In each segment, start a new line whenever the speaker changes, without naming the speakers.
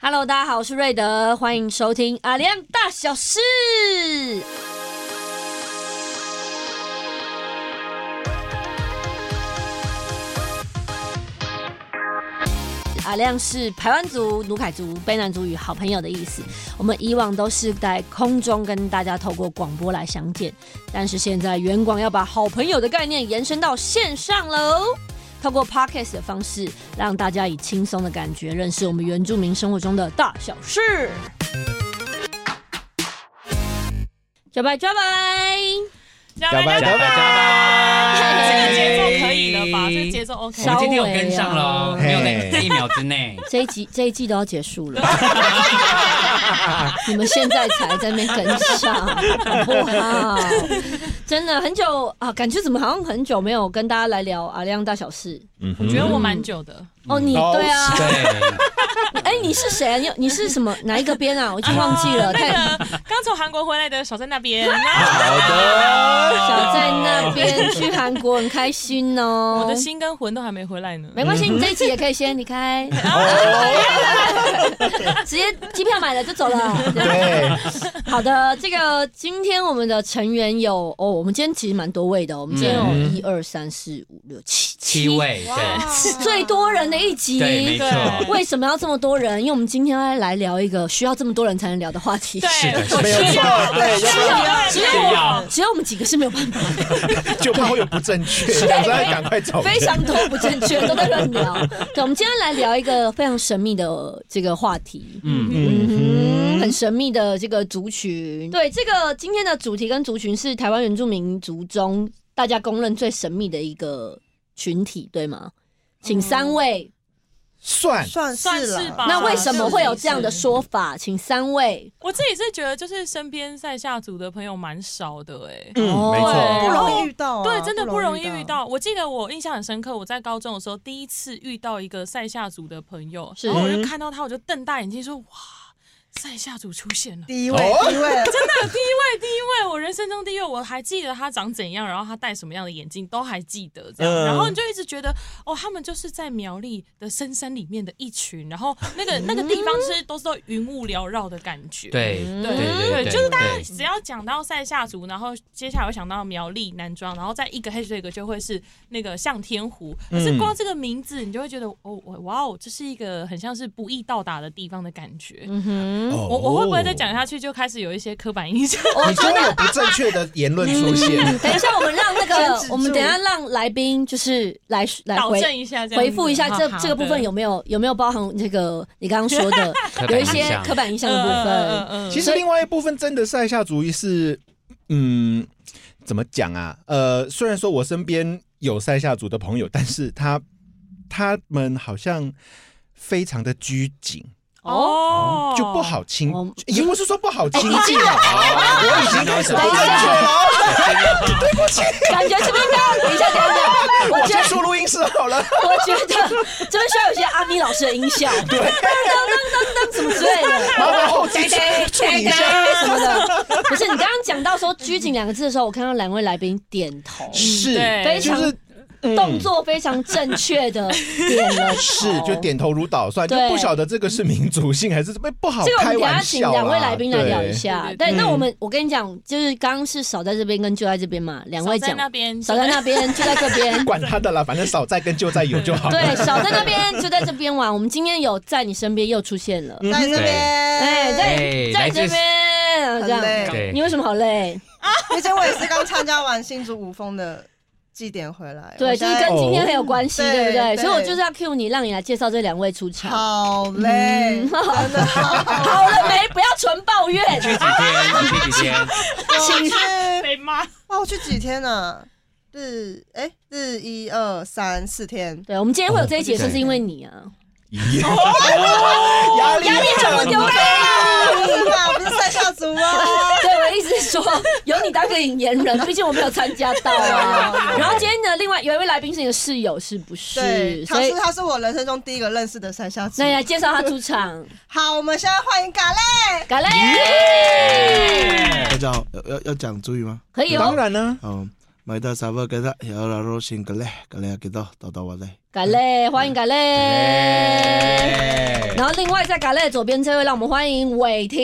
Hello，大家好，我是瑞德，欢迎收听阿亮大小事。阿亮是排湾族、努凯族、卑南族与好朋友的意思。我们以往都是在空中跟大家透过广播来相见，但是现在远广要把好朋友的概念延伸到线上喽。透过 podcast 的方式，让大家以轻松的感觉认识我们原住民生活中的大小事。加拜加拜，
加
加班
班
加班
这
加
个
班
节奏可以了吧？这个节奏 OK
稍微啊
我们今天有跟上了哦，没有那个一秒 之内。
这一集这一季都要结束了，你们现在才在那边跟上，好不好？真的很久啊，感觉怎么好像很久没有跟大家来聊阿亮大小事
嗯
我
哼，
觉得我蛮久的，
哦。你
哦
对啊，
对，
你哎，你是谁啊？你你是什么哪一个边啊？我已经忘记了。太
那个刚从韩国回来的小在那边，
好的，
小在那边去韩国很开心哦。
我的心跟魂都还没回来呢。
没关系，你这一期也可以先离 开，
哦
直接机票买了就走 了。
对，
好的，这个今天我们的成员有哦，我们今天其实蛮多位的哦，我们今天有
嗯
一二三四五六七
七，位，对，
最多人的一集。
对，没错，
为什么要这么多人？因为我们今天要来聊一个需要这么多人才能聊的话题。
对，
是 的
我
没有
需
错
要，，
对，要
需
不然
要，需
是要
只有我们几个是没有 办法，
就怕会有不正确，所以赶快找人。
非常多不正确都在乱聊。对，我们今天来聊一个非常神秘的这个话题。
嗯，
嗯哼，很神秘的这个族群。对，这个今天的主题跟族群是台湾原住民族中大家公认最神秘的一个群体，对吗？请三位，
算
算
算
是
是
啦
吧
那为什么会有这样的说法？请三位，
我自己是觉得，就是身边塞夏族的朋友蛮少的，哎。
嗯，没
哦
错，
不容易遇到啊，
对，真的不
不
容易遇。到。我记得我印象很深刻，我在高中的时候第一次遇到一个塞夏族的朋友，
是
然后我就看到他，我就瞪大眼睛说：“哇，塞夏族出现了！”
第一位，
哦
第一位，
第一位，我人生中第一位，我还记得他长怎样，然后他戴什么样的眼镜都还记得，这样，
嗯
然后你就一直觉得，哦，他们就是在苗栗的深山里面的一群，然后那个那个地方是都是云雾缭绕的感觉，
对，
嗯
对
对对对，
就是大
对
家只要讲到塞夏族，然后接下来会想到苗栗南庄，然后再一个 hashtag 就会是那个向天湖，可是光这个名字你就会觉得，哦，哇哦，这是一个很像是不易到达的地方的感觉。
嗯哼，
我
我我会不
哦
会再讲？下去就开始有一些刻板印象？
你就会有不正确的言论出 现。
等一下我们让那
坚
个
持，住
我们等一下让来宾就是来来
导
回
正一下这样子，啊
回复一下这
好好
这个部分
对
有没有有没有包含这个你刚刚说的有一些刻板印象的部分。
嗯
其实另外一部分真的塞下主义是，嗯，怎么讲啊？呃，虽然说我身边有塞下族的朋友，但是他他们好像非常的拘谨，
哦，
哦
就不。好亲
哦，哎
也不是说不好亲近啊。我已经开始不正确了。
感觉这边刚等一下，等一 下，我
我
觉
先
得
出录音室好了。
我觉得真需要有一些阿咪老师的音 效，对，当当当当什么之类的。哎
麻烦后期处理一下。
什么的，不是你刚刚讲到说“拘谨”两个字的时候，我看到两位来宾点头，
是，
对
非
就
常
是嗯
动作非常正确的点了头，
是就。点头如捣蒜，就
对
不晓得这个是民族性还是什么不好
这个我
开
们等一下
玩
请
笑啦。啊
两位来宾来聊一下
对。对
对，
对
那
嗯
我们我跟你讲，就是刚刚是少在这边跟就在这边嘛，两位
少在
讲
那边，
少在那边就在这边
对，管他的啦，反正少在跟就在有就好了。
对，少在那边就在这边玩。我们今天有在你身边又出现了，
在这边，
哎，在
嗯
哎
在
来
这
自
边这
很
样。
累，
对
你为什么好累？
而且我也是刚参加完新竹五峰的祭典回来，我
对，就
现
是
在
跟今天很有关系，
哦
对不对？
对
所以我就是要 cue 你，让你来介绍这两位出场。
好累，真的好
好了没？不要纯抱怨。
去几天，你去几 天，
累。
被骂，
哇，我去 几天呢？日哎，日一二三四 天，
对，我们今天会有这一集，也
哦
就是因为你啊。
咦，
哦
压力压力
全部丢给
不是吧？不是塞夏族哦吗？
对，我的意思是说，由你当个引言 人，毕竟我没有参加到啊。然后今天的另外有一位来宾是你的室友，是不
对，
是？
他
所以
是，他是我人生中第一个认识的山下族
那。你来介绍他出 场。
好，我们现在欢迎嘎嘞。
嘎嘞，
要讲要要要讲主语吗？
可以
当
哦。
然呢，
嗯，买到啥不给他，然后然后新格嘞，格嘞给到到到我嘞，
嘎嘞，欢迎嘎嘞。然后另外在嘎嘞左边这位，让我们欢迎伟霆。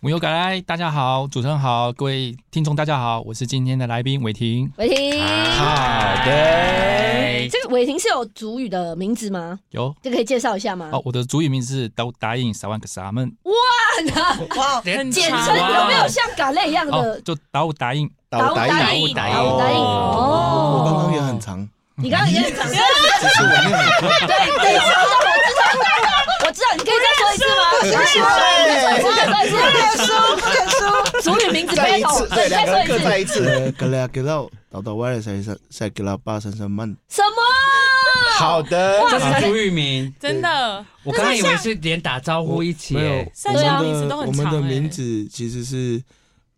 母有感来，大家好，主持人好，各位听众大家好，我是今天的来宾伟霆。
伟霆，
好的，
这个伟霆是有主语的名字吗？
有
这个可以介绍一下吗？
哦，我的主语名是都答应萨万克萨们
哇，
连
啊简称有
啊
没有像嘎嘞一样
哦，
的？
就都答应
倒打
打
一
印，打
打
印，
印
打印。
哦
我刚刚也
哦，
很长，
你刚刚也很常见。
只是我念很快。
对，等一下，我知道，我知道，你可以再说一次吗？
不能输
再说一次，再
不
说
能输，不能输，
一次，主语名字
再一
battle，
次，对，两个
再
人
说一
各
次
再。一次。
呃，格嘞给到到到我嘞，才才才给到爸三三慢，
什么？
好的，
这是朱玉明，
真的，
我刚刚以为是连打招呼一起
没有
耶，
三
我
小
们
名字
的
都很
我们
长
的
欸
名字其实是，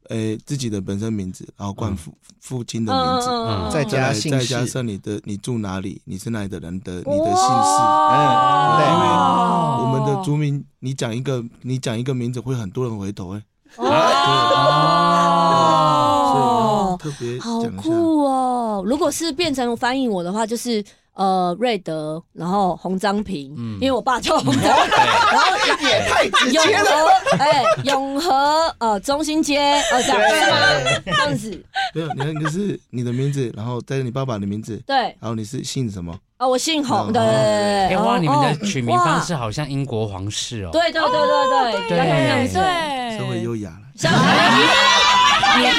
呃，自己的本身名字，然后冠父父亲的名字，
嗯
再
再
加
来
嗯姓
再
氏
加，上你的你住哪里，你是哪里的人的你
哇
的姓氏，
嗯，对，
因为
哦
我们的族名，你讲一个你讲一个名字会很多人回头哎，
嗯
啊
哦，
特别
好
讲一下。
酷哦！如果是变成翻译我的话，就是。呃，瑞德，然后洪章平，因为我爸叫洪章平，然后
也太直
永
接了。
和，哎，永和，呃，中心街，哦，这样是吗？这样子，
没有，你那个是你的名字，然后带着你爸爸的名字，
对，
然后你是姓什么？
啊，我姓洪，
嗯
对对对
哎
对，
哇，
哦
你们
哦
的取名方式
哇
好像英国皇室哦，
对对对对对，
对
要这样
对
子，
对，
稍微优雅了。
像你
你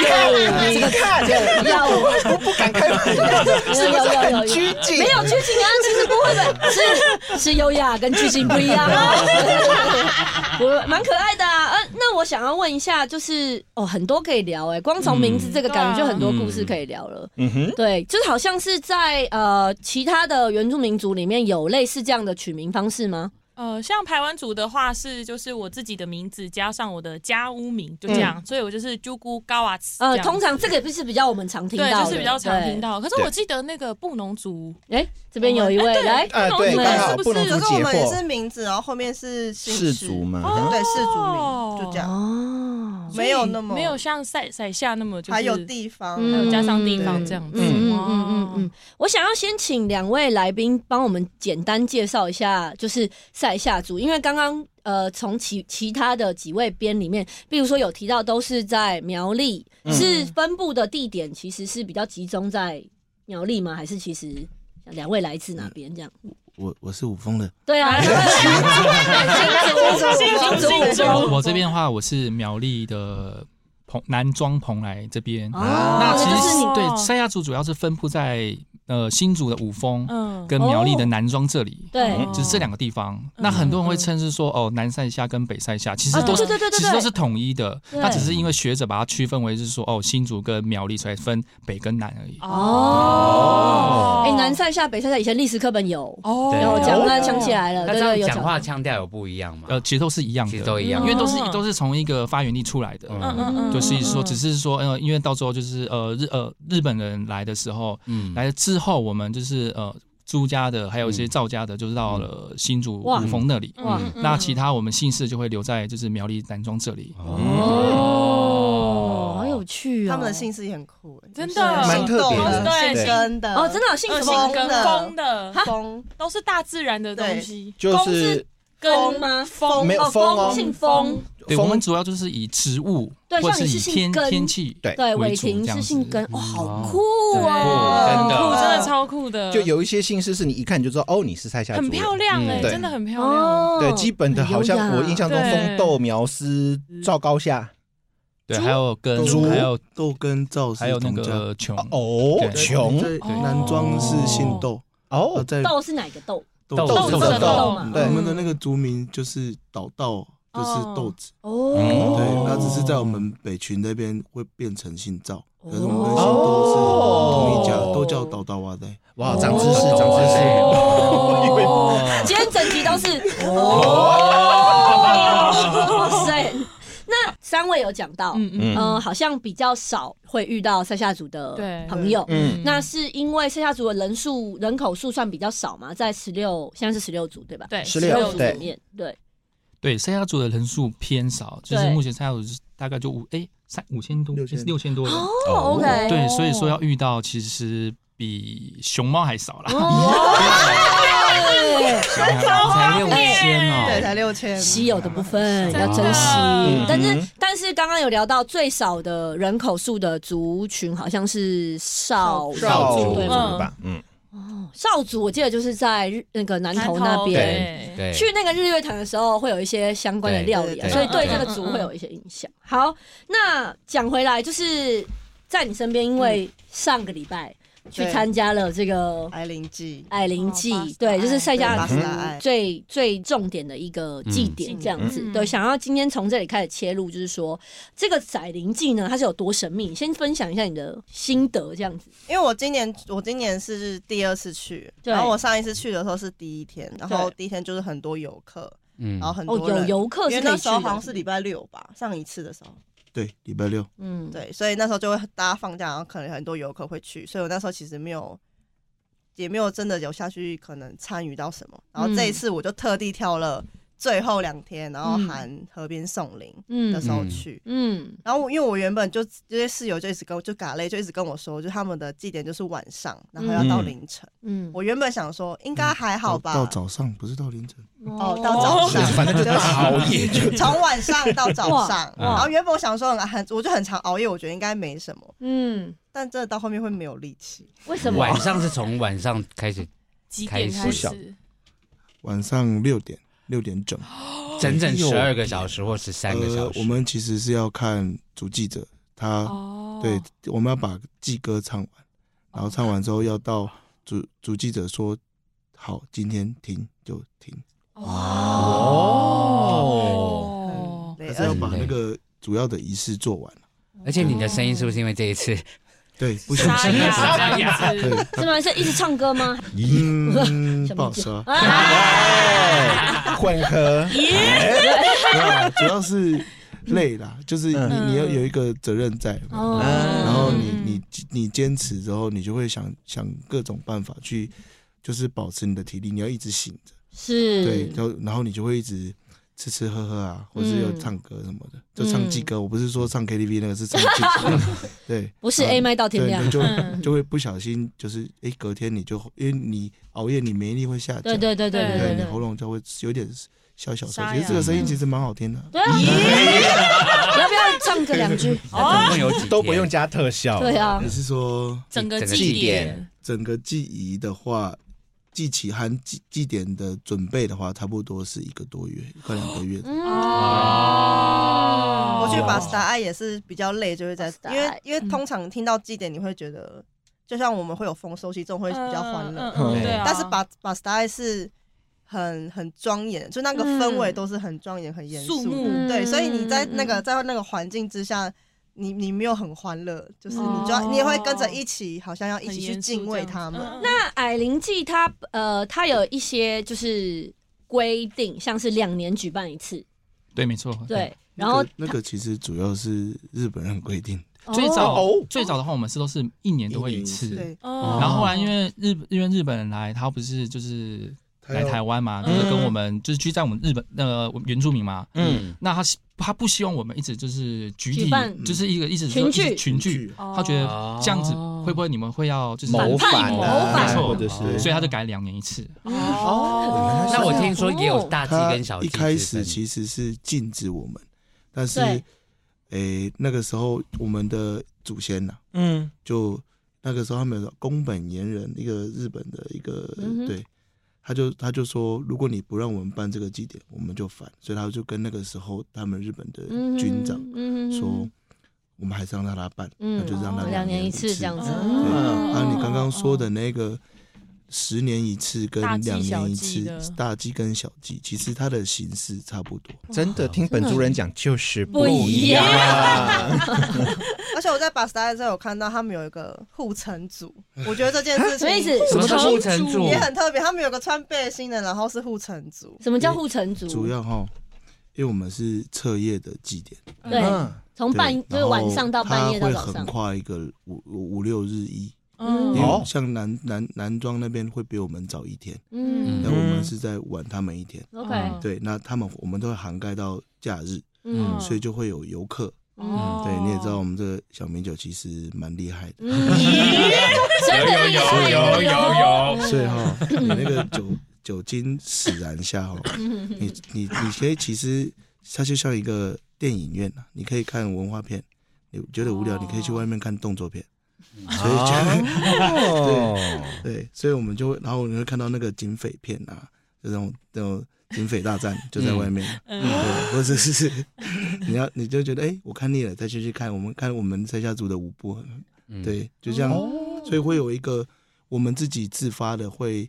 看，
要
我不敢开玩笑的，是
有有
不是
有有
很拘谨？
没有剧情啊，其实不会的，是是优雅跟剧情不一样 哦，我蛮可爱的啊。呃，那我想要问一下，就是哦，很多可以聊哎，光从名字这个感觉就很多故事可以聊了。
嗯哼，
对，就是好像是在呃其他的原住民族里面有类似这样的取名方式吗？
呃，像排湾族的话是就是我自己的名字加上我的家屋名，就这样，所以我就是朱姑高瓦茨。
嗯呃，
这样
通常这个不是比较我们常听
对，
到的，
就是比较常听到。可是
对
我记得那个布农族，
对。哎，这边有一位来，
啊，
不能
族
对，刚好
是不
不能
是
族
可是我
解
们也是
惑，
名字，然后后面是姓
氏族嘛，
哦
对，氏族名就这样，
哦，
没有那么
没有像塞塞夏那么就是
还有地方，
嗯
还有加上地方
对
这样子。
嗯嗯
哇
嗯嗯嗯，，我想要先请两位来宾帮我们简单介绍一下，就是塞夏族，因为刚刚呃从其其他的几位编里面，比如说有提到都是在苗栗，
嗯
是分布的地点其实是比较集中在苗栗吗？还是其实两位来自哪边这样？
我我是五峰的，
对啊，
哎
新
新 竹
我我这边的话，我是苗栗的蓬南庄蓬莱这边。
哦
那
那
其
就
实
是你哦
对三亚族主要是分布在呃新竹的五峰
嗯，
跟苗栗的南庄这里。
哦对嗯
哦
就是这两个地方，那很多人会称是说哦，南塞下跟北塞下其实
啊，
都
对
是
对对对
其实都
对
是
对，
统一的，
对
那只是因为学者把它区分为是说，哦，新竹跟苗栗，所以分北跟南而已。
哦
哦
哎，南塞下北塞下以前历史课本有
哦
对
有讲了，想起
来，
来了，
那
对
这
对有
样讲话腔调有不一样吗？
呃，其实都是一样
其
的，
实都一样
因为都是
嗯
都是从一个发源地出来的。
嗯
嗯嗯嗯，
就是说，
嗯
只是说，呃，因为到时候就是呃日呃日本人来的时候，
嗯，
来了之后，我们就是呃朱家的，还有一些赵家的，就是到了新竹
哇
五峰那里。
嗯哇
嗯嗯
那其他我们姓氏就会留在就是苗栗南庄这里。
哦，好有趣哦！
他们的姓氏也很酷，哎
真的
蛮特别的
对，
对
姓根的
哦，真的有姓
二
什
型
么？
跟风的
风
都是大自然的东西，
就是
跟吗？
没有
哦
风哦
姓风。
对，我们主要就是以植物
对
或
像你
是
是姓
以天
根
天气
对
对，
为
伟
主
霆
这样
是
子
姓根，哇，好酷
真
哦！
酷，
的
真的超酷的，
就有一些姓氏是你一看就知道，哦，你是塞夏族人，
很漂亮哎，
嗯
对
真的很漂亮。
哦，
对，基本的好像
很优雅
我印象中，
对
风豆、苗师、赵高下，
对，还有跟
猪
还有
豆跟赵是
还有那
同家
个琼
哦，
对
穷
对
哦
南庄是姓豆，
哦
呃，在
豆是哪个豆？
豆
豆子
的豆嘛
嗯
对
我们的那个族名就是岛道，就是豆子。嗯
哦，
对，那只是在我们北群那边会变成姓赵，可是我们跟姓
哦
豆是同一家，都叫岛道啊
哇，
哇塞。
长知识，长知识，
哦，今天整集都是哦，哇塞！那三位有讲到，
嗯嗯，
嗯
嗯，好像比较少会遇到塞夏族的
对
朋友，
嗯，
那是因为剩下族的人数人口数算比较少嘛，在十六，现在是十六组对吧？
对
16
族
对
里面，对，
对，赛亚族的人数偏少，就是
对
目前赛亚族是大概就五哎三五千多，
六千
诶六千多人。
哦，OK，
对，所以说要遇到其实比熊猫还少啦。
啊
才六千
啊对，
哦，
才六千，
稀有的部分
真的
要珍惜
嗯，
但
嗯
是但是刚刚有聊到最少的人口数的族群好像是少
少
少
族
族
对吗？
吧，嗯，
少族我记得就是在日那个南投那边。
对，
对，
去那个日月潭的时候，会有一些相关的料理、啊，
哎对对对
所以对这个
嗯嗯
族
嗯
会有一些影响。好，那讲回来，就是在你身边，因为上个礼拜去
对
参加了这个
白灵记，
矮灵祭
哦巴斯，达
对，
爱
就是赛夏
对巴
族
斯达爱
最最重点的一个祭典，
嗯
这样子。
嗯
对，想要今天从这里开始切入，就是说这个载灵祭呢，它是有多神秘？先分享一下你的心得，这样子。
因为我今年我今年是第二次去，
对
然后我上一次去的时候是第一天，然后第一天就是很多游客，
嗯
然后很
哦，
多人，
有游客
因
是
为
可
那
以去
时候好像
的
是。礼拜六吧，上一次的时候，
对，礼拜六
嗯，
对，所以那时候就会大家放假，然后可能很多游客会去，所以我那时候其实没有，也没有真的有下去可能参与到什么。然后
嗯
这一次我就特地挑了最后两天，然后含河边送灵的
嗯
时候
嗯
去。
嗯，
然后我因为我原本就这些室友就一直跟我就嘎累，就一直跟我说，就他们的祭典就是晚上，然后要到
嗯
凌晨。
嗯，
我原本想说应该还好
到
吧，
到早上不是到凌晨，
哦到早上，
反正就大熬夜，就 嗯
从晚上到早上。
哇
然后原本我想说很我就很常熬夜，我觉得应该没什么，
嗯，
但真的到后面会没有力气。
为什么
晚？上是从晚上开始，
几点
开
开
始
始？
晚上六点六点整。
哦整整十二个小时或十三个小
哎呃，
时。
我们其实是要看主记者他、
哦，
对，我们要把祭歌唱完，然后唱完之后要到主主记者说好，今天停就停，
哦
哦，
嗯
哦，
对
还是要把
嗯
那个主要的仪式做完。
而且你的声音是不是因为这一次？
对，不行，
沙哑
沙哑
这样子，
对，
是吗？是一直唱歌吗？
嗯，
什
不
么
好说啊，嗯
混合，
对啊主要是累啦，就是你
嗯
你要有一个责任在，
哦，
然
然后你
嗯
你你坚持之后，你就会想想各种办法去，就是保持你的体力，你要一直醒着。
是，
对，然后然后你就会一直吃吃喝喝啊，
嗯
或是要唱歌什么的，就唱祭歌。我不是说唱 KTV 那个，是唱祭 歌。对，
不是
啊
A 麦到天
对，
亮
你，就
嗯
就会不小心，就是哎，隔天你就因为你熬夜，你免疫力会下降，
对对对对
对
对
你
对。
喉咙就会有点小小
沙哑
受。其实这个声音其实蛮好听的，
对啊， 要不要唱个两句？
哦
那总共有几天
都不用加特效，
对，啊
你，是说
整个
整个
祭
祭
典
典
整个祭仪的话？祭旗和祭祭典的准备的话，差不多是一个多月，快两个月。
嗯
哦
我去巴斯达爱也是比较累，就会在
巴斯达
因
爱
为因为通常听到祭典，你会觉得就像我们会有丰收期，这种会比较欢乐。
嗯嗯嗯对啊
但是巴巴斯达爱是很很庄严，就那个氛围都是很庄严、很严肃
肃
的。
穆
对，所以你在那
嗯嗯嗯
个
嗯
在那个环境之下，你你没有很欢乐，就是你就要
哦
你也会跟着一起，好像要一
很
起去
严肃
敬畏
这样
他
子
们。
嗯嗯
那矮灵祭它呃，它有一些就是规定，像是两年举办一次，
对，没错。
对，然
那
后
个那个其实主要是日本人规定，
最早
哦
最早的话，我们是都是一年都会一
一年
次。
对，
哦
然后后来因为日因为日本人来，他不是就是来台湾嘛，
嗯
就是跟我们就是居在我们日本那个原住民嘛，
嗯，
那他希他不希望我们一直就是集
举
体
办，
就是一个一直
群聚
一直群聚，他觉得这样子
哦
会不会你们会要就是
谋
反
反
谋反
啊，或者
对
所以
是
他就改两年一次。
嗯
哦
那我听说也有大鸡
他
跟小鸡
一
之
开始
分
其实是禁止我们，但是
对
诶那个时候我们的祖先呐、
嗯，
就那个时候他们有宫本岩人一个日本的一个、
嗯哼
对，他就他就说如果你不让我们办这个祭典，我们就反，所以他就跟那个时候他们日本的
嗯
军长
嗯
说。我们还是让他来办，
嗯
那就让他
哦
两
年
年一次
次
这样子，
对，
嗯
还有啊你刚刚说的那
哦
个十年一次跟
大鸡
两年一
小鸡
次
的，
大鸡跟小鸡，其实它的形式差不多。
真的听本族人讲就是
不一
一啊
样
而且我在巴斯达爱之后有看到他们有一个护城组，我觉得这件 事
什么意
情
思？
什么叫护城主
也很特别。他们有个穿背心的，然后是护城组。
什么叫护城族？
主要哈，因为我们是彻夜的祭典，
对，
嗯
从半
对
就是晚上到半夜
然
到
后
早
它会横
上，
跨一个五五五六日一，因
嗯
好
为像南南南庄那边会比我们早一天，
嗯
但我们是在晚他们一天。
，OK，
对，那他们我们都会涵盖到假日，
嗯
所以就会有游客
哦
对，你也知道我们这个小米酒其实蛮厉害的，
嗯，真的厉害，
有有有有
所以哈，你那个酒 酒精使然下哈，你你你可以其实它就像一个电影院啊，你可以看文化片，你觉得无聊，
哦
你可以去外面看动作片。所以就
哦，
对，所以我们就会，然后你会看到那个警匪片啊，就这种这种警匪大战就在外面，对，或者是你要你就觉得哎、我看腻了，再去去看我们看我们塞下组的五部，
嗯，
对，就这样，所以会有一个我们自己自发的会。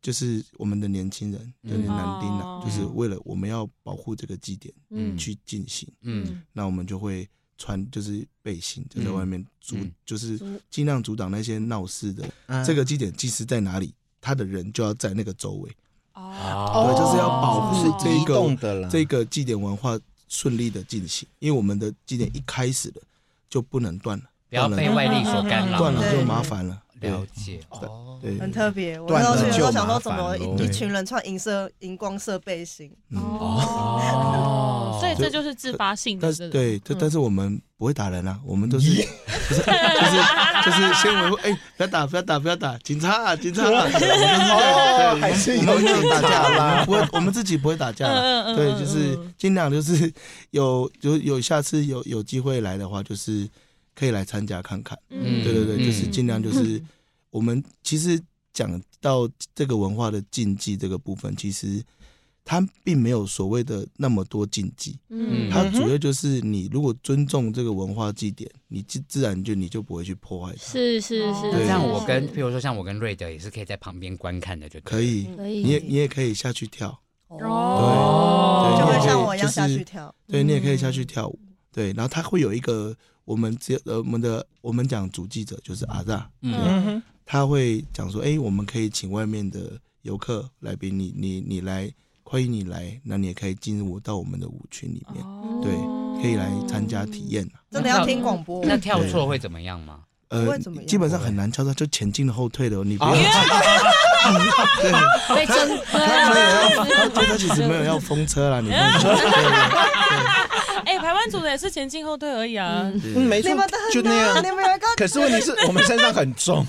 就是我们的年轻人，
嗯
就是男丁啊，
哦
就是为了我们要保护这个祭典
嗯
去进行，
嗯，
那我们就会穿就是背心，就在外面阻，
嗯
就是
阻
尽量阻挡那些闹事的
啊
这个祭典祭司在哪里，他的人就要在那个周围，
哦，
哦
对，就是要保
哦是
护这
移动
个
的啦，
这个祭典文化顺利的进行，因为我们的祭典一开始的就不能断了，
不要被外力所干扰，
断了就麻烦了，对
嗯
嗯
了解哦，
对，
很特别。我
断
那时候
了
去的时
就
候想
麻
说，怎么
烦
一
咯
对
一群人穿银色荧光色背心？
嗯，
哦，所以这就是自发性的
但
这种，
是对，这
嗯
但是我们不会打人 啊，我们都是就是就是就是先维护，哎，不要打，不要打，不要打，警察啊，警察啊，
哦，还是
我
有
们
点
有打架啦，
啦。
不会，我们自己不会打架
嗯嗯嗯
啦。对，就
嗯
是
嗯
尽量就是有有有下次有有机会来的话，就是可以来参加看看。
嗯
对对对，
嗯
就是尽量就是我们其实讲到这个文化的禁忌这个部分，其实它并没有所谓的那么多禁忌，
嗯
它
嗯哼
主要就是你如果尊重这个文化祭典，你自自然就你就不会去破坏它。
是是是，
对
那这样我跟，
是
譬如说像我跟瑞德也是可以在旁边观看的，就对了
可，以，
可以，
你也你也可以下去跳，
哦
对
就
对
会
对
像我一样
就是
下去跳。
对你也可以下去跳舞，对，然后他会有一个我们只有呃我们的我们讲主记者就是阿扎，
嗯
嗯哼，
他会讲说，哎、我们可以请外面的游客来宾，你你你来，欢迎你来，那你也可以进入到我们的舞群里面，
哦
对，可以来参加体验啊
真的要听广播，
那跳错会怎么样吗？
不
呃
会怎么，样
基本上很难敲到，就前进了后退的哦，你不要
啊，
对，
啊
被针
他没有
对，
要，他他其实没有要风车啦，你放心
哎，台湾组的也是前进后退而已啊，
对
嗯，没
你
错
们的，很
就那
大
样
你。们有一个
可是问题是我们身上很重，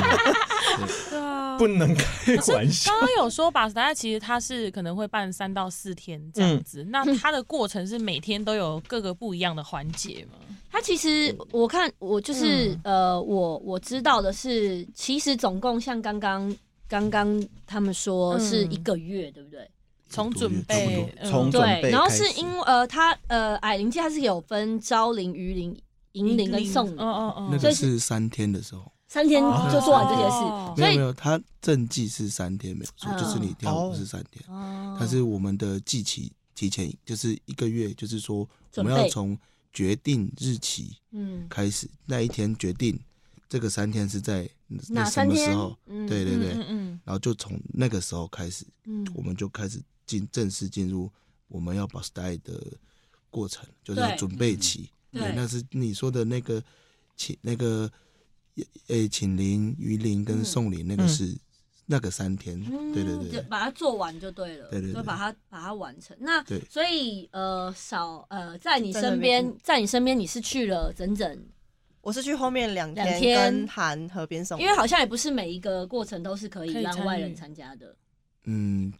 对啊。
不能开玩笑。
刚刚有说巴斯达其实它是可能会办三到四天这样
嗯
子，那它的过程是每天都有各个不一样的环节嘛？
他其实我看我就是、呃，我我知道的是，其实总共像刚刚刚刚他们说
嗯
是一个月，对不对？
从准
差不
备
多，
嗯
从准
对，
备
然后
开
是
始
因为呃，他呃，矮灵界它是有分招灵、鱼灵、银灵跟送
嗯
哦
灵，
嗯嗯，
那个是三天的时候。
三天就做完这件事。
哦
所
没
以
有没有，他政绩是三天没有错，就是你跳舞是三天，
哦
但是我们的祭期提前就是一个月，就是说我
准备
们要从决定日期
嗯，
开始，那一天决定这个三天是在
哪
那什
三
么时
天
候？？
嗯
对对对，
嗯嗯
然后就从那个时候开始，
嗯
我们就开始进正式进入我们要把 style 的过程，就是
对
准备期。
嗯对
那是你说的那个请那个诶，请灵、鱼鳞
嗯
跟送灵，那个是那个三天。对对
就
对，
把它做完就对了，
对对对
就把它把它完成。那
对
所以呃，少呃，在你
在那
身
边
边，在你身边，你是去了整整，
我是去后面两
两
天
天
跟韩河边送，
因为好像也不是每一个过程都是可以
可以
让
参
外
与
人参加的。
嗯，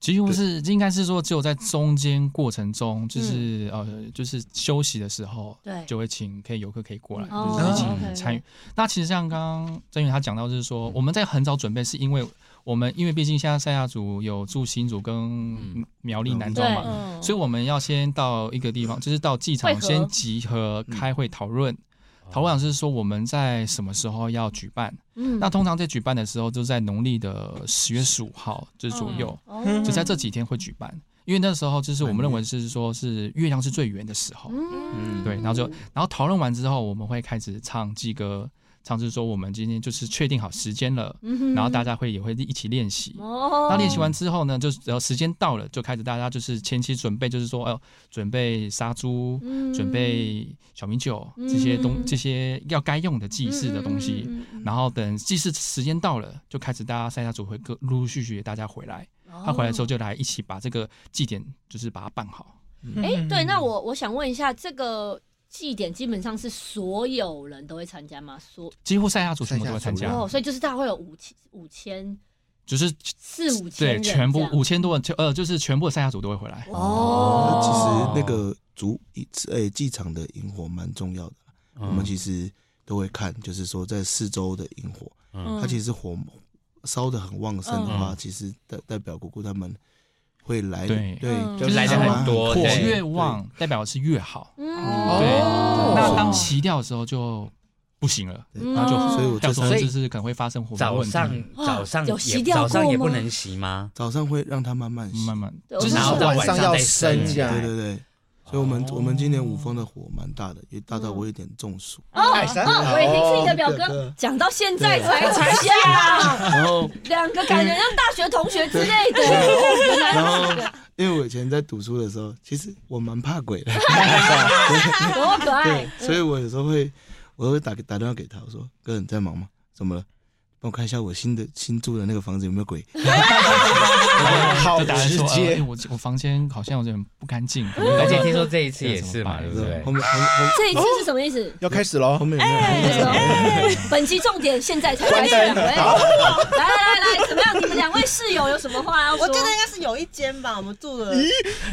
几乎是应该是说，只有在中间过程中，就是、呃，就是休息的时候，
嗯对
就会请可以游客可以过来，
哦
就是一起
OK
参与。那其实像刚刚郑宇他讲到，就是说我们在很早准备，是因为我们因为毕竟现在赛亚族有驻新族跟
嗯
苗栗南庄
对，
嘛，
嗯，
所以我们要先到一个地方，就是到祭
会
场
合
先集合开会讨论，讨论是说我们在什么时候要举办。
嗯
那通常在举办的时候，就在农历的十月十五号这左右。
哦
就在这几天会举办，因为那时候就是我们认为是说是月亮是最圆的时候，
嗯
对，然后就然后讨论完之后，我们会开始唱祭歌，唱就是说我们今天就是确定好时间了，然后大家会也会一起练习。
嗯哦
那练习完之后呢，就是只要时间到了，就开始大家就是前期准备，就是说，哦、准备杀猪，准备小米酒这些东、
嗯
这些要该用的祭祀的东西，然后等祭祀时间到了，就开始大家赛下组会
嗯哦
各陆陆续续大家回来，他回来之后就来一起把这个祭典就是把它办好。
哎、对，那我我想问一下，这个祭典基本上是所有人都会参加吗？所
几乎赛夏族全部都会参
对
加
啊，
哦，所以就是大概会有五千五千
就是
四五千
对
人
全
这
部
样
五千多人，就呃就是全部的赛夏族都会回来。
哦，
其
哦
实那个主诶祭场的萤火蛮重要的，
嗯
我们其实都会看，就是说在四周的萤火，
嗯
它其实火烧的很旺盛的话，
嗯
其实代代表姑姑他们会来
对
嗯
对，
就
就是
来得很
他们
多
火
对
越旺，代表是越好。
嗯
对，
哦
那当熄掉的时候就不行了，
对
嗯
那就
所以我
到
就
时
是
候
所以
就是可能会发生火苗
早
问题。
上早上
有
也
洗掉
早上也
过
不
吗
能洗吗？
早上会让它慢慢熄
慢慢
对
就是
我
然后
知
到
道
晚
晚上
再
要升
起
起
来
来
嗯对对对，所以我们
哦
我们今年五峰的火蛮大的，也大到我有点中暑。
泰山
哦，伟霆是你的表
对对
哥
对，
讲到现在才才下，
然后
两个感觉像大学同学之类的，哦原来
然后，因为我以前在读书的时候，其实我蛮怕鬼的，
多么可爱
对，，所以我有时候会，我会打给打电话给他，我说：“哥，你在忙吗？怎么了？帮我看一下我新的新住的那个房子有没有鬼。
哦好
就打来
直
说，呃哎
接，
我我房间好像有点不干净，
而
而
且听说这一次也是嘛，
这
对
样
不
怎么
对
后”？面后面
这一次是什么意思？
要开始喽
呃后。面有
哎
没有？
本期重点现在才开始，两位，来来来，怎么样？你们两位室友有什么话要说？
我记得应该是有一间吧，我们住的，因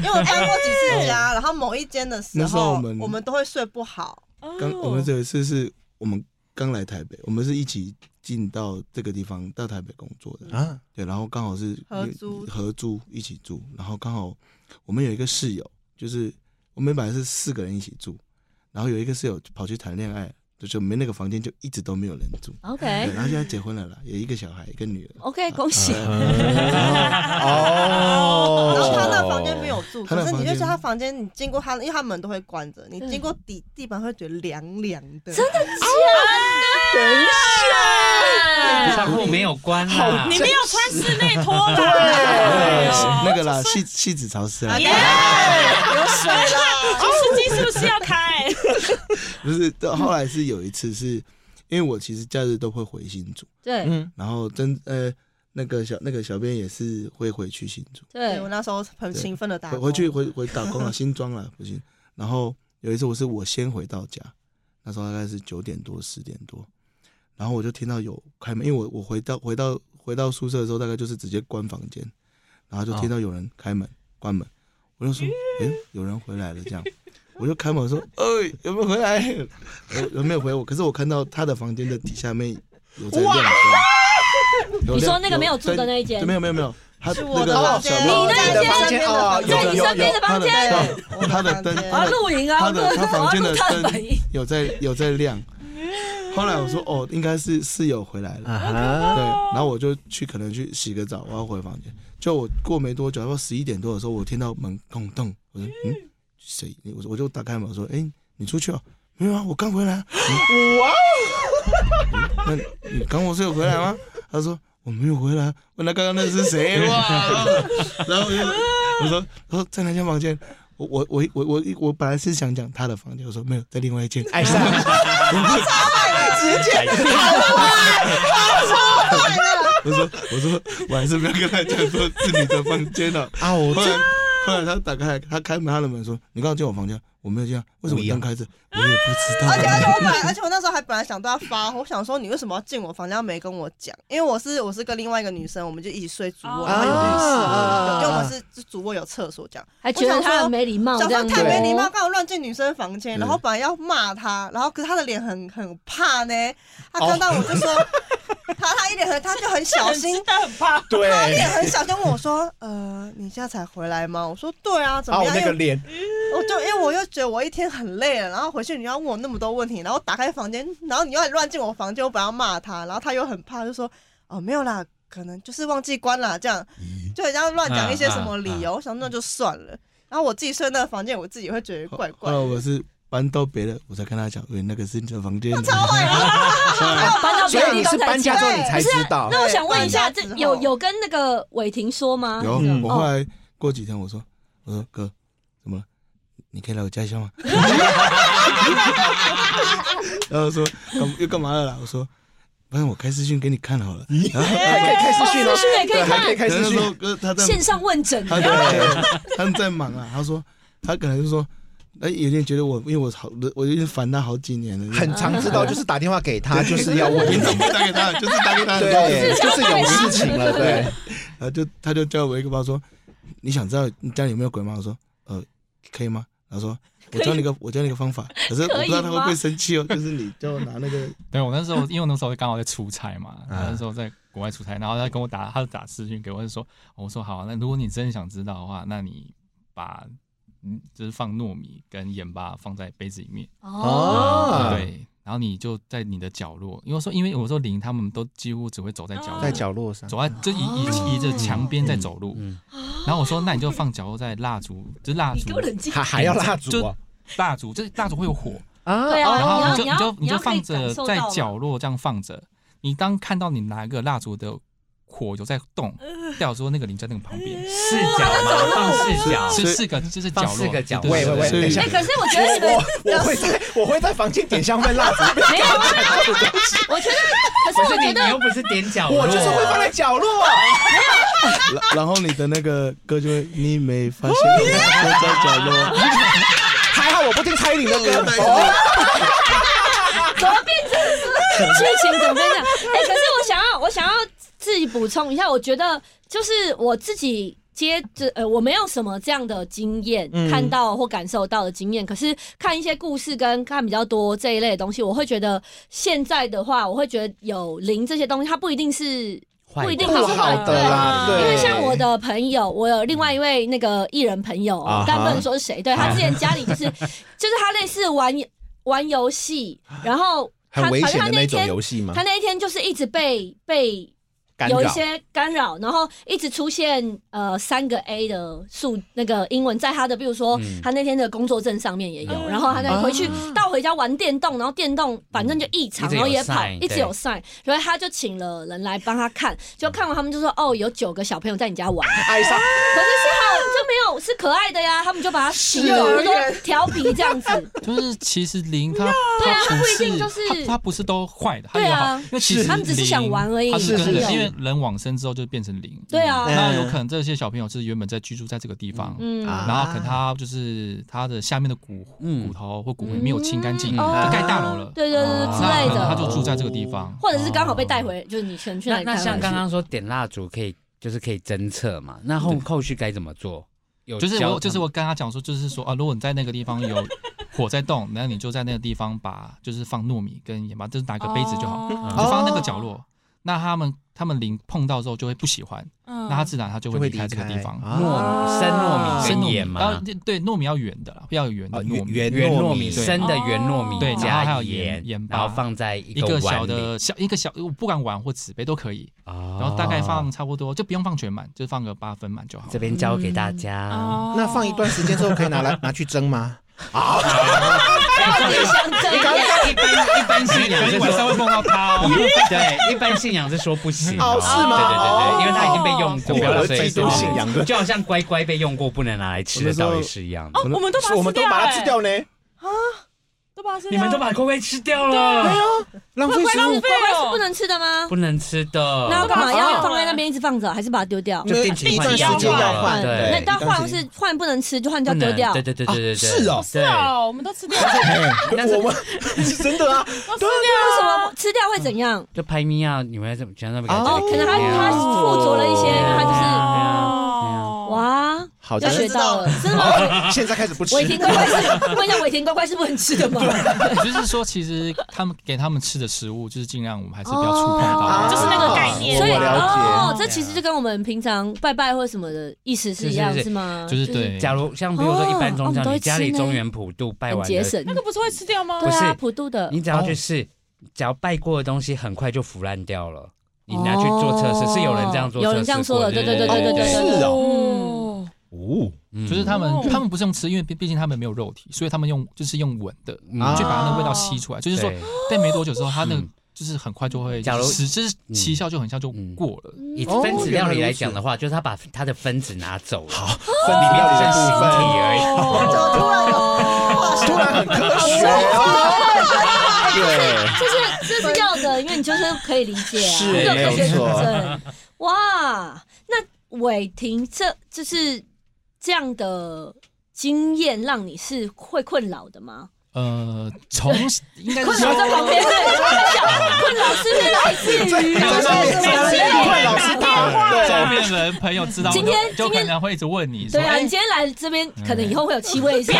为我搬过几次家，然后某一间的时
那时候
候
我，们
我们都会睡不好。
刚我
哦
们有一次是我们刚来台北，我们是一起进到这个地方到台北工作的，
啊，
对，然后刚好是
合租
合租一起住，然后刚好我们有一个室友，就是我们本来是四个人一起住，然后有一个室友跑去谈恋爱，就是我们那个房间就一直都没有人住。对，
哎
OK
然后现在结婚了啦，有一个小孩，一 个女儿。
OK，恭喜，
嗯
哦
然后他那房间没有住，
他
可
那
是你
房
就
间
觉得他房间，你经过他，因为他门都会关着，你
对
经过底地板会觉得凉凉的。真的，
窗户没有关啦
好，
你没有穿室内拖 吧？
哎
哎
呦
呦
那 个啦，戏戏子潮湿啊，
耶，有水了，除湿机是不是要开？
不是。到后来是有一次是，因为我其实假日都会回新竹，
对
嗯，
然后真呃那个小那个小编也是会回去新竹，
对
我，那时候很勤奋的打
回
工
回去回回打 工了，啊新庄了，不行。然后有一次我是我先回到家，那时候大概是九点多十点多，然后我就听到有开门，因为我我回到回到回到宿舍的时候，大概就是直接关房间，然后就听到有人开门、关门，我就说，诶，有人回来了，这样，我就开门说，哎、有没有回来？有有没有回我？可是我看到他的房间的底下面有在亮灯。有
你说
亮
那个没有住的那一间
对没有没有没有，他
是
那
我
个
的
小
房
编
间，
你那
间房间哦有
在你身边的房间
有有
他的
我的房
灯，
间
我要露营啊，
他
我
的他房间的
要录
灯有在有在亮。后来我说哦，应该是室友回来了，
啊
对，然后我就去可能去洗个澡，我要回房间。就我过没多久，到十一点多的时候，我听到门空洞，我说嗯，谁？我我就打开门我说，哎，你出去哦。没有啊，我刚回来啊。哇！那你刚我是有回来吗？他说我没有回来啊。问他刚刚那是谁？哇！然后我就我说我说在哪间房间？我我我我我我本来是想讲他的房间，我说没有，在另外一间。
爱上，
哎
我说我说我还是不要跟他讲说是你的房间了、
啊，我
后来后来他打开来，他开门他的门说：“你刚刚进我房间，我没有进啊，为什么灯开着？我
啊
也不知道。”
而且而且我本来，而且我那时候还本来想对他发火，我想说你为什么要进我房间，没跟我讲，因为我是我是跟另外一个女生，我们就一起睡主
哦
卧，然后有浴
啊
室，有因为我们是就主卧有厕所这样。
还觉得他很没礼貌，
小
这
时候
样
太没礼貌，
子
刚好乱进女生房
嗯
间，
对
然后本来要骂他，然后可是他的脸很很怕呢，他
哦
看到我就说，他他一脸很，他就很小心，
但很怕。
他
对
也很小心问我说，呃，你现在才回来吗？我说对啊，怎
啊，
么
我
样？
那
因
个
为
脸，
我就因为我又觉得我一天很累了，然后回去你要问我那么多问题，然后打开房间，然后你又乱进我房间，我本来要骂他，然后他又很怕，就说哦没有啦，可能就是忘记关啦，这样就人家乱讲一些什么理
啊
由，我想那就算了。然后我自己睡那个房间，我自己会觉得怪
哦
怪
后来
的。
我是搬到别的，我才跟他讲，喂，那个是你的房间。
超坏 啊！
搬到
所
别
以你
人
是搬家之后你才知道，
那我想问一下，这
对搬家之后
有有跟那个伟霆说吗？
然后
嗯
我后来过几天，我说我说哥，怎么了？你可以来我家一下吗？ 然后说干又干嘛了啦？我说，不然我开视讯给你看好了。 然后
还可以开视讯哦，
视讯也可以
对还可以
看，
开视
那时
讯，
候哥他在
线上问诊。
他在他们在忙啊，他说他可能就说，哎，有点觉得我，因为我好，我有点烦他好几年了，
很常知道，就是打电话给他，就是要 问
平常不打给他，就是打给他，
对，就是有事情了，对，
然后就他就叫我一个包说，你想知道你家里有没有鬼吗？我说，呃，可以吗？他说，我教你个，我教你个方法，可是我不知道他会不会生气哦，就是你就拿那个，
对我那时候，因为我那时候刚好在出差嘛，
啊
那时候在国外出差，然后他跟我打，他就打私讯给我，就说，我说好啊、那如果你真的想知道的话，那你把嗯，就是放糯米跟盐巴放在杯子里面，
哦
啊
对，然后你就在你的角落，因为说因为我说灵他们都几乎只会走在角落，
在角哦嗯落上
走在就以以以着墙边在走路，然后我说那你就放角落在蜡烛，就是蜡
你
烛
给我冷静。
还还要蜡烛啊
蜡烛，就是蜡烛会有火，
啊
对啊
然后你就
你
你
要
就
你
你
要
就
可以
放
感
着
受
在
到
角落这样放着，你当看到你拿一个蜡烛的火有在动，
呃
代表说那个灵在那个旁边，
视角嘛，放视角，
是四个就是角
放
落，
四个角
对
喂
对
喂喂，
对
等一下
哎、，可是我觉得你们
我我会在我会在房间点香氛蜡烛，
没有啊，我觉得，可
不
是
是
我
你
觉
你
得
又不是点角落，
我就是会放在角落啊。
然然后你的那个歌就会，你没发现我在角落，
还好我不听蔡依林的歌，
哦剧情怎么变这样？哎、可是我想要，我想要自己补充一下，我觉得就是我自己。接着，呃，我没有什么这样的经验，
嗯
看到或感受到的经验。可是看一些故事跟看比较多这一类的东西，我会觉得现在的话，我会觉得有灵这些东西，它不一定是
坏的
不一定
不
是
哦好的啦，
因
对，
为像我的朋友，我有另外一位那个艺人朋友
啊哈，
但不能说是谁。对他之前家里就是，就是他类似玩 玩游戏，然后他
很危
反
险
正
的
他
那
那
种
天
游戏嘛
他，那一天就是一直被被
干扰
有一些干扰，然后一直出现呃三个 A 的数那个英文，在他的比如说
嗯
他那天的工作证上面也有，
嗯
然后他再回去、
啊
到回家玩电动，然后电动反正就异常，
一直
然
有
后也跑
sign，
一直有 sign，所以他就请了人来帮他看，就看完他们就说哦有九个小朋友在你家 玩，
爱上
可是是好就没有是可爱的呀，他们就把他请走，
幼儿
就说调皮这样子，
就是其实灵它
对啊它不
它不
一定就是
它它不是都坏的，它
对
有
啊
好，因为其实
他们只是
灵
想玩而已
它是跟
是是
因为人往生之后就变成灵，
对啊，
那有可能这些小朋友是原本在居住在这个地方，
嗯
啊
然后可能他就是他的下面的骨
嗯
骨头或骨灰没有清干净，
嗯
就
哦
盖大楼了，
对对对对之
啊哦那
类
可能他
的，
就住在这个地方。
或者是刚好被带回，就是你可能去哪
那
里
那
带回去
像刚刚说点蜡烛可以，就是可以侦测嘛，那后后续该怎么做？有
就是
教
我，
他
就是
们
我跟他讲说，就是说啊，如果你在那个地方有火在动， 那你就在那个地方把就是放糯米跟盐巴，就是拿个杯子就
哦
好，
嗯
你就放在那个角落。那他们他们灵碰到之后就会不喜欢，
嗯
那他自然他
就
就会
会
离
离开
开这个地方。
糯
啊，
米生糯米
生糯
跟
米
盐，
然后
嘛，
对糯米要圆的啦，不要有圆的
啊
糯米。
圆
圆糯
糯
米
对
生的圆糯米，
对然后还
加
有盐
盐
盐，
然
巴
后放在一
一个小
碗里，哦
的小一个小，不管碗或纸杯都可以。
然
然后大概放差不多，就不用放全满，就放个八分满就好了。
这边教给大家，
哦
那放一段时间之后可以拿来 拿去蒸吗？
到 底想怎样？
一般一般信仰是
晚上
说
会碰到它
嗯
哦。
对，一般信仰是说不行
哦是吗
对对对对，因为它已经被用
哦
过，不要
我
随
的
便
基督信仰的
就好像乖乖被用过不能拿来吃的道理是一样的。
哦，我们都把它吃掉、欸，哎
我们都把它吃，掉呢，
都把它吃掉，
你们都把乖乖吃掉了，
浪费食物。
乖乖是不能吃的吗？
不能吃的。
那要干嘛？
哦
要放在那边一直放着，还是把它丢掉？
就定期换，一段时间要换，
那
对
但换是换不能吃，就换掉
不
丢
能
掉
对。对对对对对，
是哦
是哦，我们都吃 掉了，
但是
我们 真的啊，
都吃掉
为什
了，
么吃掉会怎样？
对，就拍咪啊，你们怎么讲那么
哦
可能他
对
他附着了一些，他就是
哦，
哇，
好
要学
的，
到了，真的吗？
现在开始不吃
伟霆乖乖是问一下，伟霆乖乖是不能吃的吗？
就是说，其实他们给他们吃的食物，就是尽量我们还是不要触碰
哦
到。
就是那个概念
我
所以
了
哦，这其实就跟我们平常拜拜或什么的意思是一样，
是是是
是吗？
就是对，
假如像比如说一般宗
哦我们都
教，
会
你家里
吃呢
中原普渡拜
很
完
节
的，
省
那。个不是会吃掉吗？
对啊，
不是
普渡的
你只要去试，只要拜过的东西很快就腐烂掉了。你拿去做测试，
哦
是有人这样做测试过，
有人这样说的
对
对对对对
对是哦
哦，
哦，
嗯
就是他
哦
们他们不是用吃，因为毕毕竟他们没有肉体，所以他们用就是用闻的
啊
去把那
哦
个味道吸出来。就是说
对，
但没多久之后，它那个
嗯
就是很快就会，
假如
实就是奇效就很像就
嗯
过了。
以
哦
分子料理来
原来
讲
如此
的话，就是他把它的分子拿走了，
分里面
剩
的
形
部
体
分，
而已。
就突然有
哦突然很科学哦，对，
就是这是要的，因为你就是可以理解啊，
是
这有
没
科
有
学佐
错
证。哇，那伟霆这就是这样的经验让你是会困扰的吗？
呃， 从应该是
困扰在旁边，对，我在想，困扰是不是来自于
快老师大
周
了，
边的朋友知道，
啊今天
就就
今天
可能会一直问你说，
对啊，
哎
你今天来这边，可能以后会有七位是吧。